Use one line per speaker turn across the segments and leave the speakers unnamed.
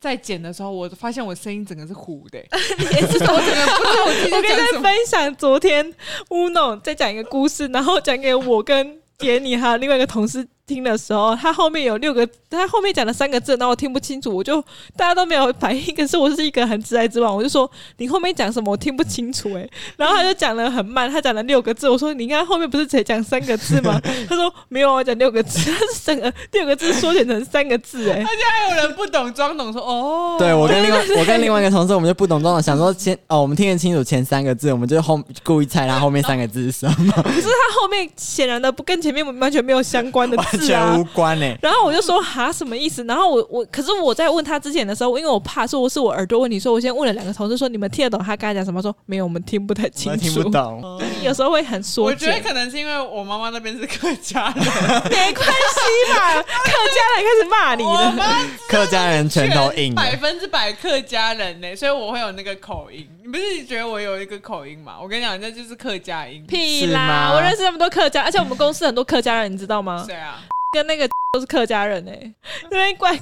在剪的时候，我发现我声音整个是糊的、
也是
我整个不知道我自己在
我跟大
讲
家
什么。
分享昨天 Uno 在讲一个故事，然后讲给我跟杰尼还有另外一个同事听的时候，他后面有六个，他后面讲了三个字，然后我听不清楚，我就大家都没有反应。可是我是一个很直来直往，我就说你后面讲什么我听不清楚哎、欸然后他就讲了很慢，他讲了六个字，我说你刚刚后面不是只讲三个字 吗？他说没有，啊我讲六个字，他是整个六个字缩减成三个字 哎、欸
而且还有人不懂装懂说哦，
对我跟另外我跟另外一个同事，我们就不懂装懂，想说前哦，我们听得清楚前三个字，我们就后故意猜他后面三个字是什 么，
可是他后面显然的不跟前面完全没有相关的
完
字啊
全无。关哎、
然后我就说哈什么意思？然后我我可是我在问他之前的时候，因为我怕说我是我耳朵问题，所以我先问了两个同事说你们听得懂他刚才讲什么？说没有，我们听不太
我
清
们
楚，
听不。
哦
懂。
有时候会很缩
我觉得
减，
可能是因为我妈妈那边是客家人，
没关系嘛。客家人开始骂你
我
了，
妈
客家人拳头硬、
百
欸，
分之百客家人呢、所以我会有那个口音。你不是觉得我有一个口音吗？我跟你讲，那就是客家音。
屁
是
啦！
吗
我认识那么多客家，而且我们公司很多客家人，你知道吗？
谁啊？
跟那个都是客家人哎、那边怪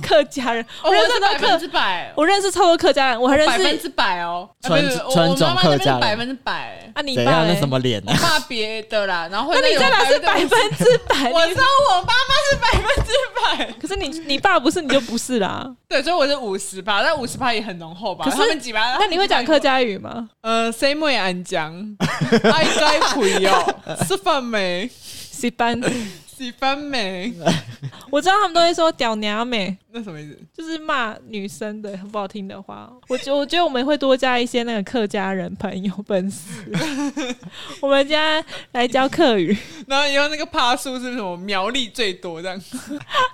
客家人，
哦
我
我
认识
是
到
百分
客，
之百，
我认识超多客家人，我还认
百分
识
之百哦，啊
纯
不是我
纯
我
种
妈妈
客
那
家
边
人
百分之百、欸。
啊你
怎
爸
样？那
嘞
什？么脸啊 呢、
我爸别的啦，然后会
那你
有
在哪是百
百
分之 百？
我
你
知道我妈妈是百分之百，
可是你你爸不是你就不是啦，
对，所以我是五十趴，但五十趴也很浓厚吧？
可是
他们几趴？
那你会讲客？家语吗？
呃，C 妹安江，爱该不要， 是饭没，
西班，
喜欢没，
我知道他们都会说屌娘美，
那什么意思？
就是骂女生的很不好听的话。我觉我觉得我们会多加一些那个客家人朋友 粉丝，我们家来教客语，
然后以后那个趴数是什么？苗栗最多这样，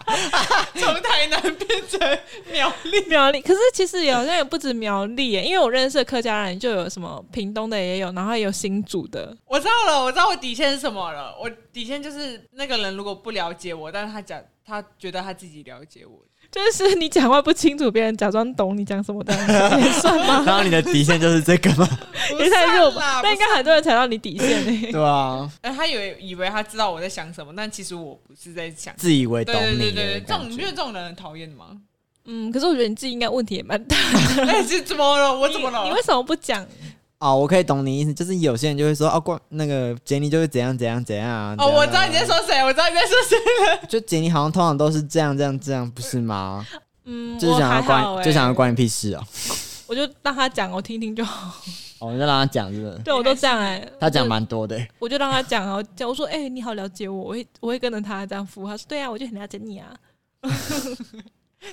从台南变成苗栗。
苗栗。可是其实也好像也不止苗栗耶，因为我认识的客家人就有什么屏东的也有，然后也有新竹的，
我知道了，我知道我底线是什么了。我底线就是那个人如果不了解我，但是他讲他觉得他自己了解我，
就是你讲话不清楚，别人假装懂你讲什么的，也算 吗？
然后你的底线就是这个吗？
也太肉吧， 那
那
应该很多人踩到你底线呢、
对啊，
呃，他以为以为他知道我在想什么，但其实我不是在想。
自以为
对
懂
对
你
对对
的
对，这种
感
你
觉
觉得这种人很讨厌吗？
嗯，可是我觉得你自己应该问题也蛮大的。
哎，是怎么了？我
你
怎么了？
啊
你为什么不讲？
哦，我可以懂你意思，就是有些人就会说哦，关那个杰尼就是怎样怎样怎样啊。
哦，我知道你
在
在说谁，我知道你在说谁。
就杰尼好像通常都是这样这样这样，不是吗？
嗯，
就是
我
想
还
要
欸
好
关，
哎，
就想要，关你屁事哦。
我就让他讲，我听听就好。
哦，你就让他讲，是不是？
对我都这样哎，
他讲
我就，
蛮多的欸。
我就让他讲啊，讲我说，哎，你好了解我，我会我会跟着他这样服。他说，对啊，我就很了解你啊，
哎，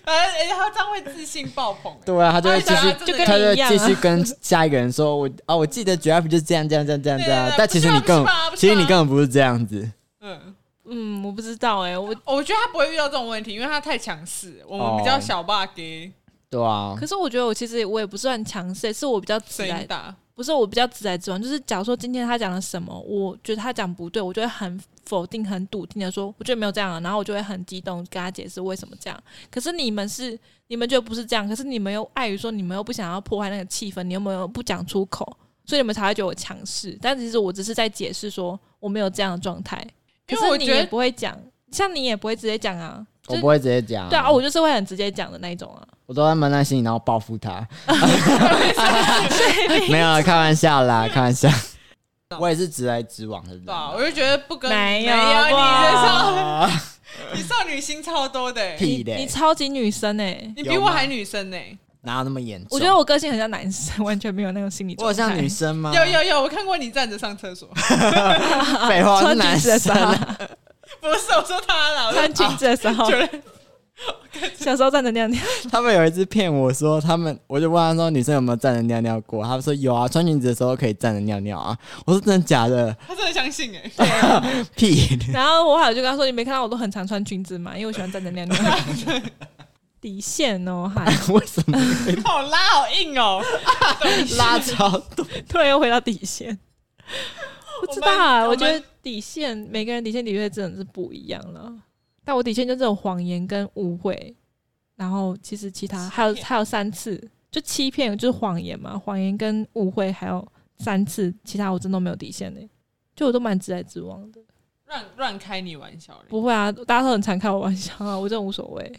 哎他这样会自信爆棚。哎
对啊，他就会继
他
续
就讲，他真的
就跟
他就
你
会
一样
继续
啊。
跟下一个人说， 我哦，我记得 g f 就是这样这样这样这样这样
对，
啊但其实你根
不是吧不是吧
本其实你根本不是这样子。
嗯，哦
嗯，我不知道哎，我
我觉得他不会遇到这种问题，因为他太强势。我们
哦
比较小霸给
对啊
可，是我觉得我其实我也不算强势，是我比较直
声
来
音，
哦
大。
不是我比较直来直往，就是假如说今天他讲了什么，我觉得他讲不对，我就会很否定、很笃定的说，我觉得没有这样、啊，然后我就会很激动跟他解释为什么这样。可是你们是你们觉得不是这样，可是你们又碍于说你们又不想要破坏那个气氛，你又没有不讲出口，所以你们才会觉得我强势。但其实我只是在解释说我没有这样的状态，可
因为我
是你
觉得
也不会讲，像你也不会直接讲啊，就
我
是
不会直接讲。
对啊，我就是会很直接 讲的那一种啊。
我都在闷在心里，然后报复他。没有，啊开玩 笑啦，开玩笑。我也是直来直往的人。
对啊，我就觉得不跟
没有啊
有你
好不好
这
啊，
少你少女心超多的，哎
屁
你
嘞，
超级女生哎、
你比我还女生欸呢。
哪有那么严重？
我觉得我个性很像男生， 完全没有那种心理状
我有
态。
像女生吗？
有有有，我看过你站着上厕所，
废话，我是
穿
男
裙子的时
生啊。
候，
不是我说他啦，我说 啊
穿裙子的时候
觉，得
小时候站着尿尿，
他们有一次骗我说，他们我就问他说女生有没有站着尿尿过，他们说有啊，穿裙子的时候可以站着尿尿啊。我说真的假的？
他真的相信哎。
屁！
然后我好像就跟他说：“你没看到我都很常穿裙子嘛，因为我喜欢站着尿尿。” 底线哦，还
为什么
好拉好硬哦，
拉超多？
突然又回到底 线，不知道
我
啊。
们
我觉得底线，每个人底线的确真的是不一样了。但我底线就这种谎言跟误会，然后其实其他还有
欺骗
还有三次，就欺骗就是谎言嘛，谎言跟误会还有三次，其他我真的没有底线呢、就我都蛮直来直往的。
乱乱开你玩笑嘞，
不会啊，大家都很常开我玩笑啊，我真的无所谓。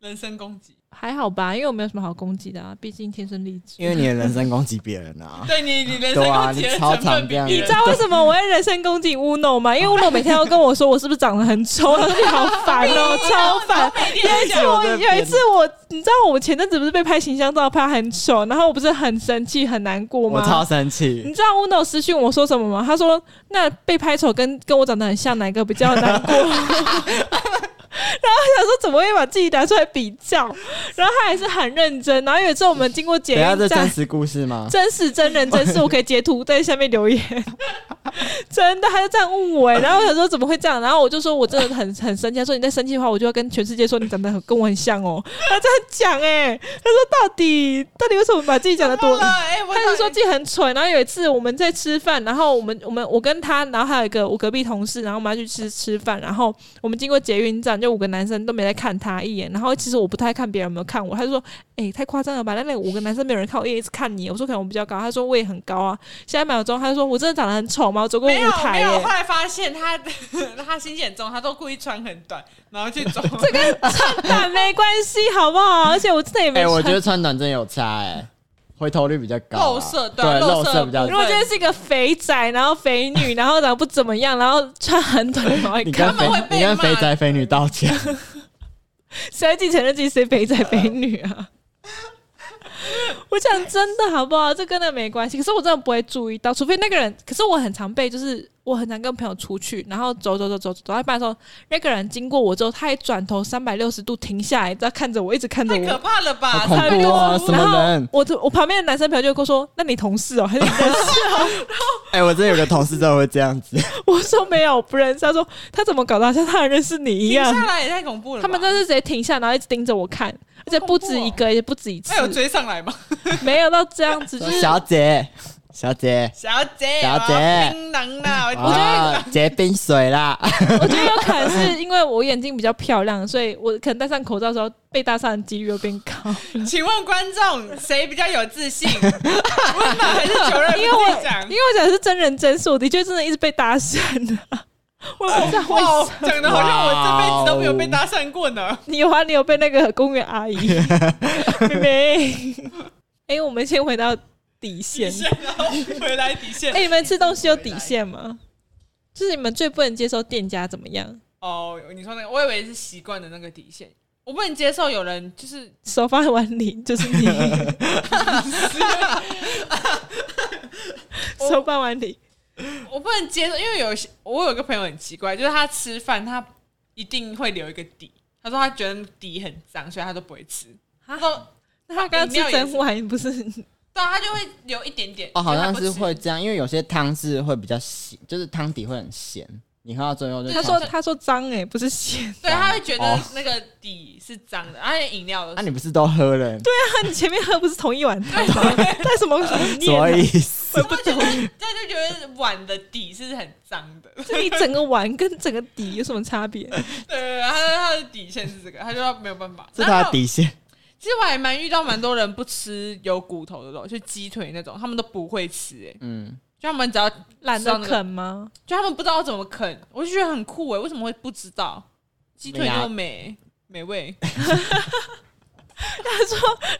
人身攻击。。
还好吧，因为我没有什么好攻击的啊，毕竟天生丽质。
因为你的人身攻击别人啊
对你，你人生
对啊
攻击的
你超
成分
常
比
这样
你
别
知
人
道为什么我会人身攻击乌诺 吗？因为乌诺每天都跟我说我是不是长得很丑，他说你好烦哦、 超烦。有一次我有一次我，你知道我前阵子不是被拍形象照拍很丑，然后我不是很生气很难过吗？
我超生
你
气，
知道 Uno 私讯我说什么吗？他说：“那被拍丑跟跟我长得很像，哪一个比较难过？” 然后我想说，怎么会把自己拿出来比较？然后他也是很认真。然后有一次我们经过捷
等一下
运
这真
站，
实故事吗？
真实真人真事，我可以截图在下面留言。真的，他就这样问我、欸，然后我想说怎么会这样？然后我就说我真的很很生气，他说你再生气的话，我就要跟全世界说你长得很跟我很像哦、他这样讲哎、他说到底到底为什么把自己讲的多？
哎，我
他就
到
说
底
自己很蠢，然后有一次我们在吃饭，然后我们我们我跟他，然后还有一个我隔壁同事，然后我们要去吃吃饭，然后我们经过捷运站，就五个男生都没在看他一眼，然后其实我不太看别人有没有看我，他就说，哎、太夸张了吧？那那五个男生没有人看我，一直看你，我说可能我比较高，他说我也很高啊。下一秒钟他就说我真的长得很丑吗？我走过
没
舞
有
台
没
耶、
有，后来发现他 他心眼中，他都故意穿很短，然后去 走。
这跟称赞没关系，好不好？而且我真的也没
哎、
穿。
我觉得穿短真有差哎、回头率比较高啊、
露色对
对
啊露
露
色
色比较
不
如果今天是一个肥仔，然后肥女，然后长得不怎么样，然后穿很短的毛，
你
他
跟
们会
肥
被
你跟
骂
肥宅肥女道歉，
谁要自己承认自己是肥仔肥
嗯
女啊？ 我讲真的好不好？这跟那没关系。可是我真的不会注意到，除非那个人。可是我很常被，就是我很常跟朋友出去，然后走走走走走到一半的时候，那个人经过我之后，他一转头三百六十度停下来，在看着我，一直看着
太可
我。
怕了吧！
好恐
他
怖哦
就
什么人
我我旁边的男生朋友就跟我说：“那你同事哦？”还是你 认识？
哎、我真的有个同事就会这样子，
我说没有，我不认识。他说他怎么搞的，好像他很认识你一
停
样。
下来也太恐怖了吧。
他们真是直接停下，然后一直盯着我看，而且不止一个，也不止一次
他，有追上来吗？
没有到这样子，就是
小姐，小姐，
小姐，
小姐
我要槟榔啦！我我
啊，结冰水啦，
我觉得有可能是因为我眼睛比较漂亮，所以我可能戴上口罩的时候被搭讪的几率又变高。
请问观众谁比较有自 信？温暖还是九
因
任？
为我
自己讲
因，为我讲的是真人真事，我的确真的一直被搭讪啊。 我也不知道为什
哇
么，，
讲的好像我这辈子都没有被搭讪过呢。
你有啊？你有被那个公园阿姨妹妹？ 哎、我们先回到底线
底。线，然后回来底线
哎、。你们吃东西有底线吗？就是你们最不能接受店家怎么样，
哦，你说那个，我以为是习惯的那个底线。我不能接受有人就是
手放在碗里就是 你，手放碗里。
我不能接受，因为有些我有个朋友很奇怪，就是他吃饭他一定会留一个底，他说他觉得底很脏，所以他都不会吃。他说，
那他刚刚吃真碗不是？
对啊，他就会留一点点。
哦，好像
因为
是
他不吃
会这样，因为有些汤是会比较咸，就是汤底会很咸，你喝到最后就
他
汤
说他说脏哎、不是咸。
对，他会觉得
哦
那个底是脏的，而且饮料
啊，
的。
你不是都喝了？对，
那你前面喝不是同一碗汤吗？ 带什么
什么意
念、啊？
思？
我就觉 得，他就觉得碗的底是很脏的，
这一整个碗跟整个底有什么差 别？
对对对，他的他的底线是这个，他就要没有办法。
是他
然
的
后
底线。
其实我还蛮遇到蛮多人不吃有骨头的肉，就鸡腿那种，他们都不会吃、欸，哎，
嗯，
就他们只要
懒
吃到
得
那个
啃吗？
就他们不知道怎么啃，我就觉得很酷哎、为什么会不知道？鸡腿那么美美味，
他说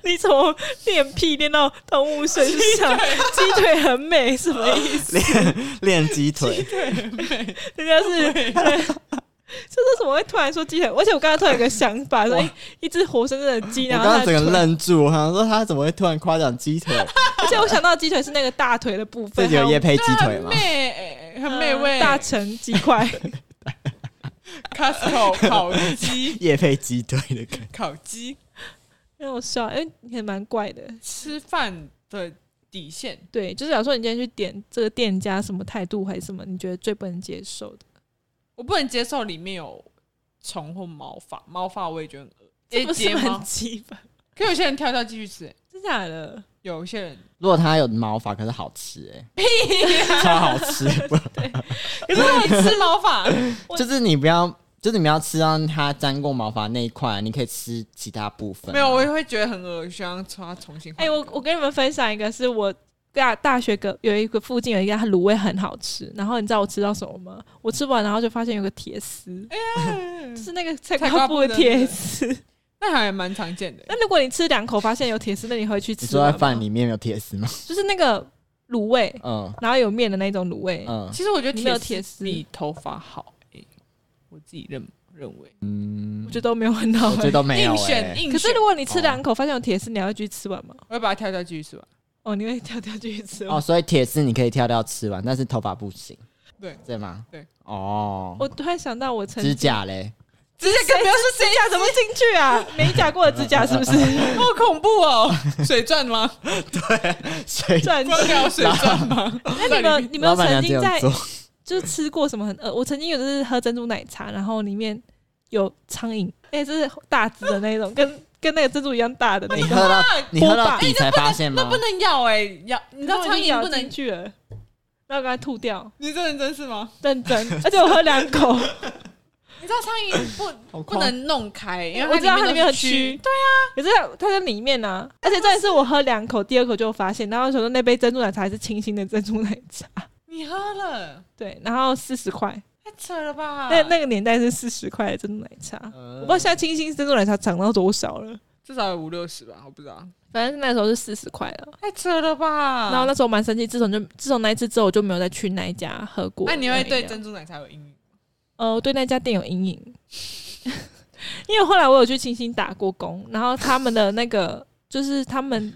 你怎么练屁练到动物身上？ 鸡腿很美，什么意 思？
练鸡 腿，
人家是。就是怎么会突然说鸡腿？而且我刚刚突然有个想法，说哎一只活生生的鸡，
我
然
刚
后它的
刚整个
腿
愣住，我想说他怎么会突然夸奖鸡 腿？
而且我想到的鸡腿是那个大腿的部
自
分，
己有
还
夜
有
配鸡腿
很
吗？
美、欸很美味。
嗯大成鸡块，
Costco 烤鸡，
夜配鸡腿的感觉。
烤鸡
让我笑，因为你还蛮怪的。
吃饭的底线，
对，就是假如说你今天去点这个店家什么态度还是什么，你觉得最不能接受的？
我不能接受里面有虫或毛发，毛发我也觉得很恶
这不
欸
是
睫
蛮
毛，
基本？
可有些人挑挑继续吃、欸
真假的？
有些人
如果它有毛发，可是好吃哎、 超好 吃，不
可是我有吃毛发，
就是你不要。就是你们要吃到它沾过毛发那一块，你可以吃其他部分。
没有，我也会觉得很恶心，要重重新换
哎、
一个。
我我跟你们分享一个，是我大大学隔有一个附近有一家卤味很好吃，然后你知道我吃到什么吗？
哎
我吃完然后就发现有个铁丝，就是那个菜
菜瓜
瓜布
布
的
的
铁
那个
丝，
那还蛮常见的。
嗯
那如果你吃两口发现有铁丝，那你会去
你
吃
说
吗
在饭里面有铁丝吗？
就是那个卤味，
嗯
然后有面的那种卤味，
嗯
其实我觉得
你没有
铁
铁
丝
丝
比头发好、欸，我自己认认为。
我
嗯，
觉得都没有很好、
我觉得都没有、
硬
欸
选。硬选，
可是如果你吃两口发现有铁丝，你还会继续吃完吗？
我会把它挑掉继续吃完。
哦，你会跳跳继续吃
哦，
完。
所以铁丝你可以挑掉吃完，但是头发不行，
对，
对吗？
对。
哦，
我突然想到，我曾
指甲嘞，
指甲更不要说
指甲怎么进去啊？美甲过的指甲是不是？
好恐怖哦， 水钻吗？
水
转
光疗水钻吗？
那你们你们
老
有
板娘
曾
这
经在
样做，
就是吃过什么很恶？我曾经有就是喝珍珠奶茶，然后里面有苍蝇，哎、这是大只的那种，跟跟那个珍珠一样大的那
你
种。
喝到你喝到底才发现
哎那
吗
不？能咬哎、咬你知道苍蝇不
然后我就咬
能
进，去了，然后赶快吐掉，
你这认真是吗？
认真，而且我喝两口，
你知道苍蝇不 不
好夸
能弄开，因为
我知道它
里
里面
有
很蛆，，对啊，可是它它在里面呢、而且重点是我喝两口，第二口就发现，然后想说那杯珍珠奶茶还是清新的珍珠奶茶，
你喝了
对，然后四十块，
太扯了吧？
那那个年代是四十块的珍珠奶茶，
嗯
我不
我
知道现在清新珍珠奶茶涨到多少了，
至少有五六十吧，我不知道，
反正那时候是四十块了。
太扯了吧？
然后那时候蛮生气，自从就自从那一次之后，我就没有再去那一家喝过。
那你会对
珍？
珍珠奶茶有阴影？
呃，我对那家店有阴影， 因为后来我有去清新打过工，然后他们的那个就是他们，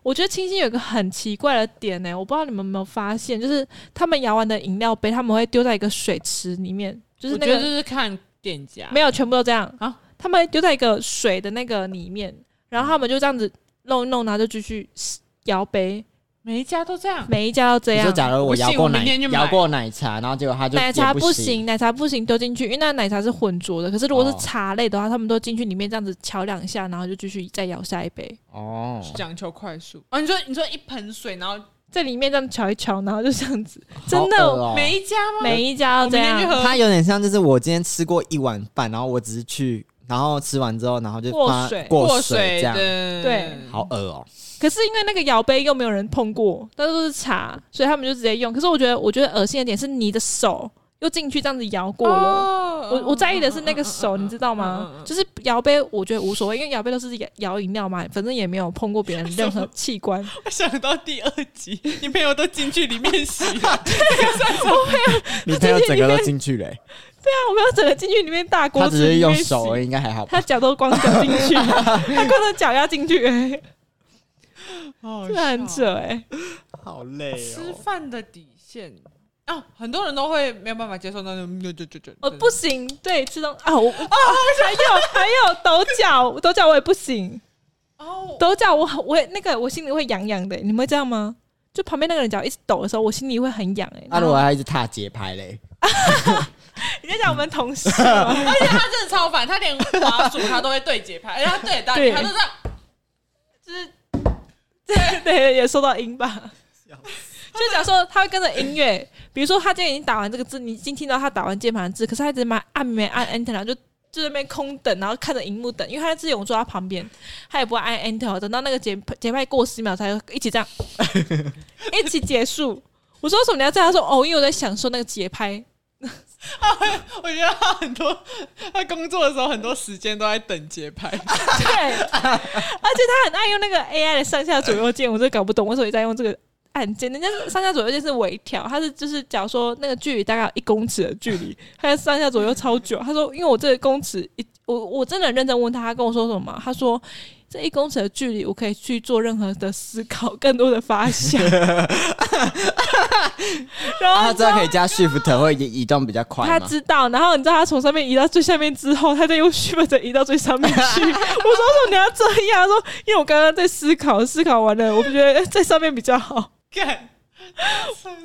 我觉得清新有一个很奇怪的点呢、我不知道你们有没有发现，就是他们摇完的饮料杯，他们会丢在一个水池里面，就是那
我觉得
个
就是看店家，
没有全部都这样
啊，
他们会丢在一个水的那个里面，然后他们就这样子弄一弄，然后就继续摇杯，
每一家都这样，
每一家都这
你
样
说。假如我摇
不
过
信我明
奶
天就买
摇过奶茶，然后结果他就
奶茶
也不
行，，奶茶不行，丢进去，因为那奶茶是浑浊的。可是如
哦
果是茶类的话，他们都进去里面这样子敲两下，然后就继续再摇下一杯，
哦，
讲求快速哦。你说你说一盆水，然后
在里面这样敲一敲，然后就 这样子，真
好恶
的
哦
每一家吗？
每一家
我
都
明
这
天去
样。
喝
它有点像，就是我今天吃过一碗饭，然后我只是去，然后吃完之后，然后就
过
放
水
过水这样，
的
对
好恶哦、
可是因为那个摇杯又没有人碰过，但都是茶，所以他们就直接用。可是我觉得，我觉得恶心的点是你的手又进去这样子摇过了。
哦
我我在意的是那个手，你知
嗯
道
嗯嗯
吗
嗯？
就是摇杯，我觉得无所谓，因为摇杯都是摇摇饮料嘛，反正也没有碰过别人任何器官。
嗯我想到第二集，你朋友都进去里面洗，
你朋友整个都进去了、欸，
我没有整个进去里面大锅
他
子
只
里面
是
洗，
用手而已，应该还 好吧
他？脚都光脚进去，他光着脚要进去、欸，
好
哎，这很
笑。
扯哎、
好累
吃饭的底线哦，很多人都会没有办法接受那种，就就就就
我哦不行，对，吃东啊，我啊，还有还有抖脚，抖脚我也不行，
哦，
抖脚我我也那个我心里会痒痒的、你们会这样吗？就旁边那个人脚一直抖的时候，我心里会很痒哎、
那、
然
如
后
果他一直踏节拍嘞，
你在讲我们同事吗
而且他真的超烦，他连滑鼠他都会对节拍，而且他对得到你，
对
他都这样，
就是对 对，也受到音吧。就假如说他会跟着音乐，比如说他今天已经打完这个字，你已经听到他打完键盘的字，可是他一直蛮按没按 enter，然后就就在那边空等，然后看着荧幕等，因为他的字永坐在旁边，他也不会按 enter，等到那个节节拍过十秒才一起这样， 一起结束。我说为什么你要这样？他说哦，因为我在享受那个节拍。
我觉得他很多，他工作的时候很多时间都在等节拍，
对，而且他很爱用那个 AI 的上下左右键，我真的搞不懂为什么一直在用这个按键。人家上下左右键是微调，他是就是假如说那个距离大概有一公尺的距离，他上下左右超久。他说，因为我这个公尺一，我我真的很认真问他，他跟我说什么嘛？他说。这一公尺的距离，我可以去做任何的思考，更多的发想。然后
啊，他
你知
知
道
道可以加 shift 会移移动比较快
他
吗？
知道，然后你知道他从上面移到最下面之后，他再用 shift 再移到最上面去。我说：“为什么你要这样？”他说：“因为我刚刚在思考，思考完了，我觉得在上面比较好。
干，”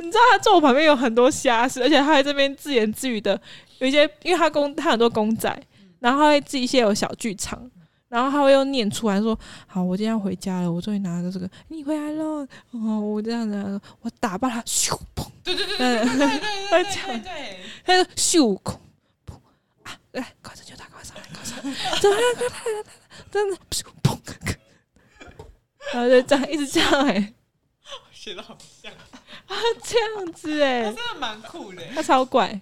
你知道他坐我旁边有很多瞎事，而且他还这边自言自语的，有一些因为他公他很多公仔，然后他会自己一些有小剧场。然后他会又念出来说：“好，我今天要回家了，我终于拿到这个，你回来了。哦，我这样子，我打爆他，咻砰！
对对对对对对对对对对，
他就咻空，砰啊！来，快上就打，快上来，快上来，走来来来来来，真的咻砰，然后就这样一直这样哎、
学的好像，
这样子哎、
他真的蛮酷的。
他超怪。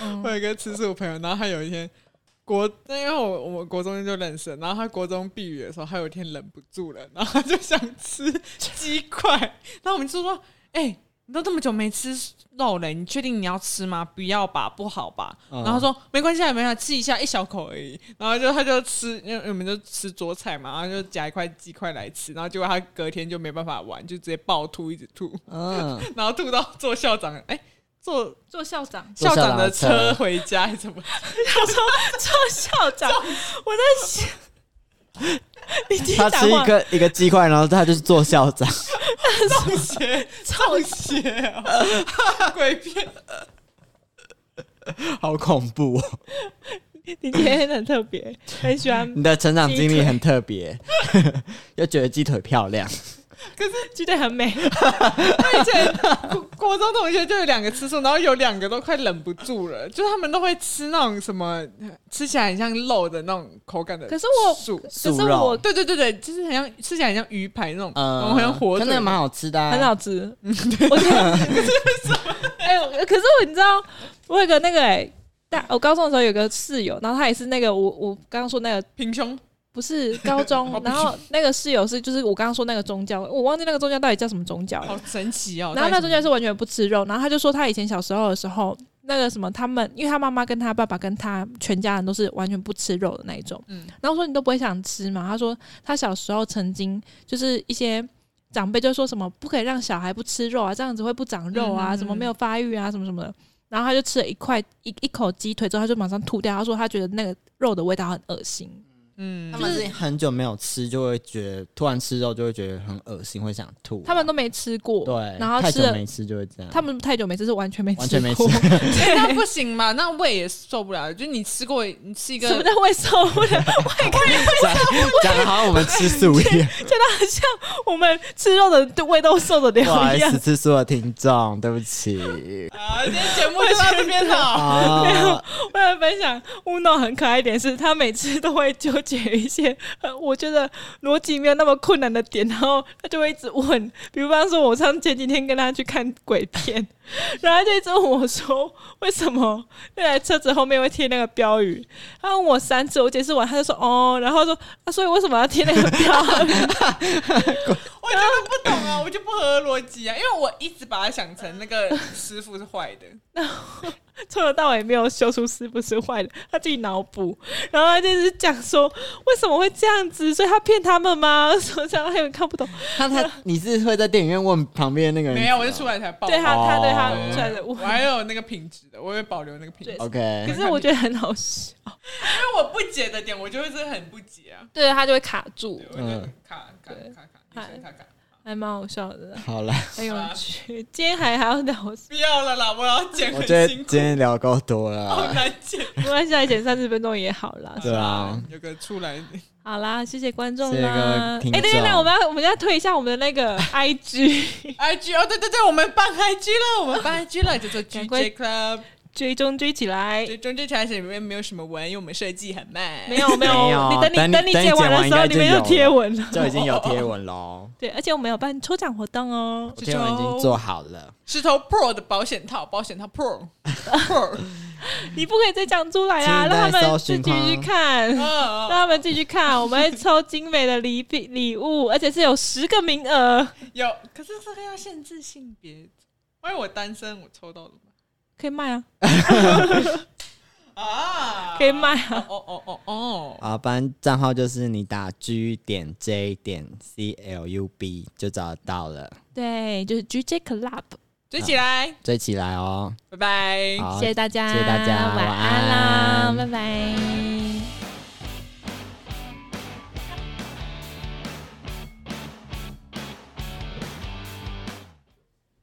嗯
我有一个吃素朋友，然后他有一天国，因为我我们国中就认识了，然后他国中避雨的时候，他有一天忍不住了，然后他就想吃鸡块，然后我们就说：“哎、你都这么久没吃肉了，你确定你要吃吗？不要吧，不好吧。
嗯
然后他说：“没关系啊，没关系啊，吃一下，一小口而已。”然后就他就吃，因为我们就吃桌菜嘛，然后就夹一块鸡块来吃，然后结果他隔天就没办法玩，就直接暴吐，一直吐，
嗯，
然后吐到做校长，哎、做
做校长，
坐
校
校
长
长
的
的
车
车
回家，还是怎么？
做校长，我在想，你今
他
天
吃一个一个鸡块，然后他就是做校长，
中邪，中邪哦， 鬼片！
好恐怖、哦！
你今天很特别，很喜欢
你的成长经历很特别， 又觉得鸡腿漂亮，
鸡腿很美，
我以前国国中同学就有两个吃素，然后有两个都快忍不住了，就是他们都会吃那种什么吃起来很像肉的那种口感的。
可是我
素，
可
素
是我
肉
对对对对，就是很像吃起来很像鱼排那种，然后
嗯，
很像火
可
腿，
那个蛮好吃的、啊，
很好吃， 我觉得 哎、我可是我你知道，我有个那个哎、大我高中的时候有个室友，然后他也是那个我我刚刚说那个
平胸
不是高
哦
中，
不
然
是
后那个室友是就是我刚刚说那个宗教，我忘记那个宗教到底叫什么宗教了
好。神奇哦。
然后那
到
中
底
间是完全不吃肉，然后他就说他以前小时候的时候，那个什么他们，因为他妈妈跟他爸爸跟他全家人都是完全不吃肉的那一种，
嗯
然后我说你都不会想吃嘛，他说他小时候曾经就是一些。长辈就说什么不可以让小孩不吃肉啊，这样子会不长肉啊，
嗯嗯嗯
什么没有发育啊，什么什么的。然后他就吃了一块一一口鸡腿之后，他就马上吐掉。他说他觉得那个肉的味道很恶心。
嗯
他们是很久没有吃，就会觉得突然吃肉就会觉得很恶心，会想吐啊、
他们都没吃过，
对，
然后
太
吃
久
了，
没吃就会这样。
他们太久没吃是完全没吃过，
完全没吃
哎那不行嘛，那胃也受不了。就你吃过，你 吃一个
什么叫胃受 不了？
讲 讲的好像我们吃素一样，
觉得好像我们吃肉的味道受得
不好
了
意
一样
思，。吃素的听众，对不起
啊，今天节目就到这边了。
啊。
我来分享乌诺很可爱一点是，他每次都会纠结一些呃，我觉得逻辑没有那么困难的点，然后他就会一直问。比方说，我上前几天跟他去看鬼片， 然后他就一直问我说，为什么那台车子后面会贴那个标语？他问我三次，我解释完，他就说哦，然后说啊，所以为什么要贴那个标语？
我真的不懂啊，我就不合逻辑啊，因为我一直把它想成那个师傅是坏的，
从头到尾没有修出是不是坏的，他自己脑补，然后他就是讲说为什么会这样子，所以他骗他们吗？ 什么这样，他有点看不懂，
那他你是会在电影院问旁边那个人？
没有，我是出来才报。
对他，
哦
他对他
对
出来的误
我
会。
还有那个品质的，我会保留那个品质，
对
因
OK，
可 是我觉得很好笑，
为我不解的点，我就会是很不解啊，
对他就会卡住
对，我就
嗯
卡卡
对
卡卡，女生卡卡。
还蛮好笑的，
好了，
很有趣。哎今天还还要聊，我
不要了啦，我要剪
我
很
觉得
辛苦
今，天聊够多
好
了，啊
难剪。
们下来剪三十分钟也好 啦。
对啊，
有个出来，
好啦，谢谢观众
谢谢各
啦
位。听
哎，对对对，
众
我们要我们要推一下我们的那个 IG，
IG 哦，对对对，我们办 IG 了，我们办 IG 了，叫做
赶快
GJ Club。
追踪追起来。
最终这条线里面没有什么文，因为我们设计很慢。
没有没
没有
你等你
等你
等你
等你
剪完
剪
的
完
时候，
应该
里
就
面有
有
贴
了
文了。
就已经有贴文喽，
对，而且我们有办抽奖活动哦。
这
贴文已
周
经做好了。
石头 Pro 的保险套，保险套 Pro Pro，
你不可以再讲出来啊，
请在
让他们
搜
自
寻
己去
框
看， 让
嗯，
他们自己去看。我们会抽精美的礼品礼物，而且是有十个名额，
有，可是这个要限制性别，因为我单身，我抽到了吗？
可以卖啊，
啊，
可以卖啊。
哦哦哦哦哦，
啊，不然账号就是你打 G 点 J 点 C L U B 就找得到了，
对，就是 GJ Club。
追起来，
追起来哦。
拜拜。
好，
谢谢大家，
谢谢大家
晚
晚
安啦，
安
拜拜。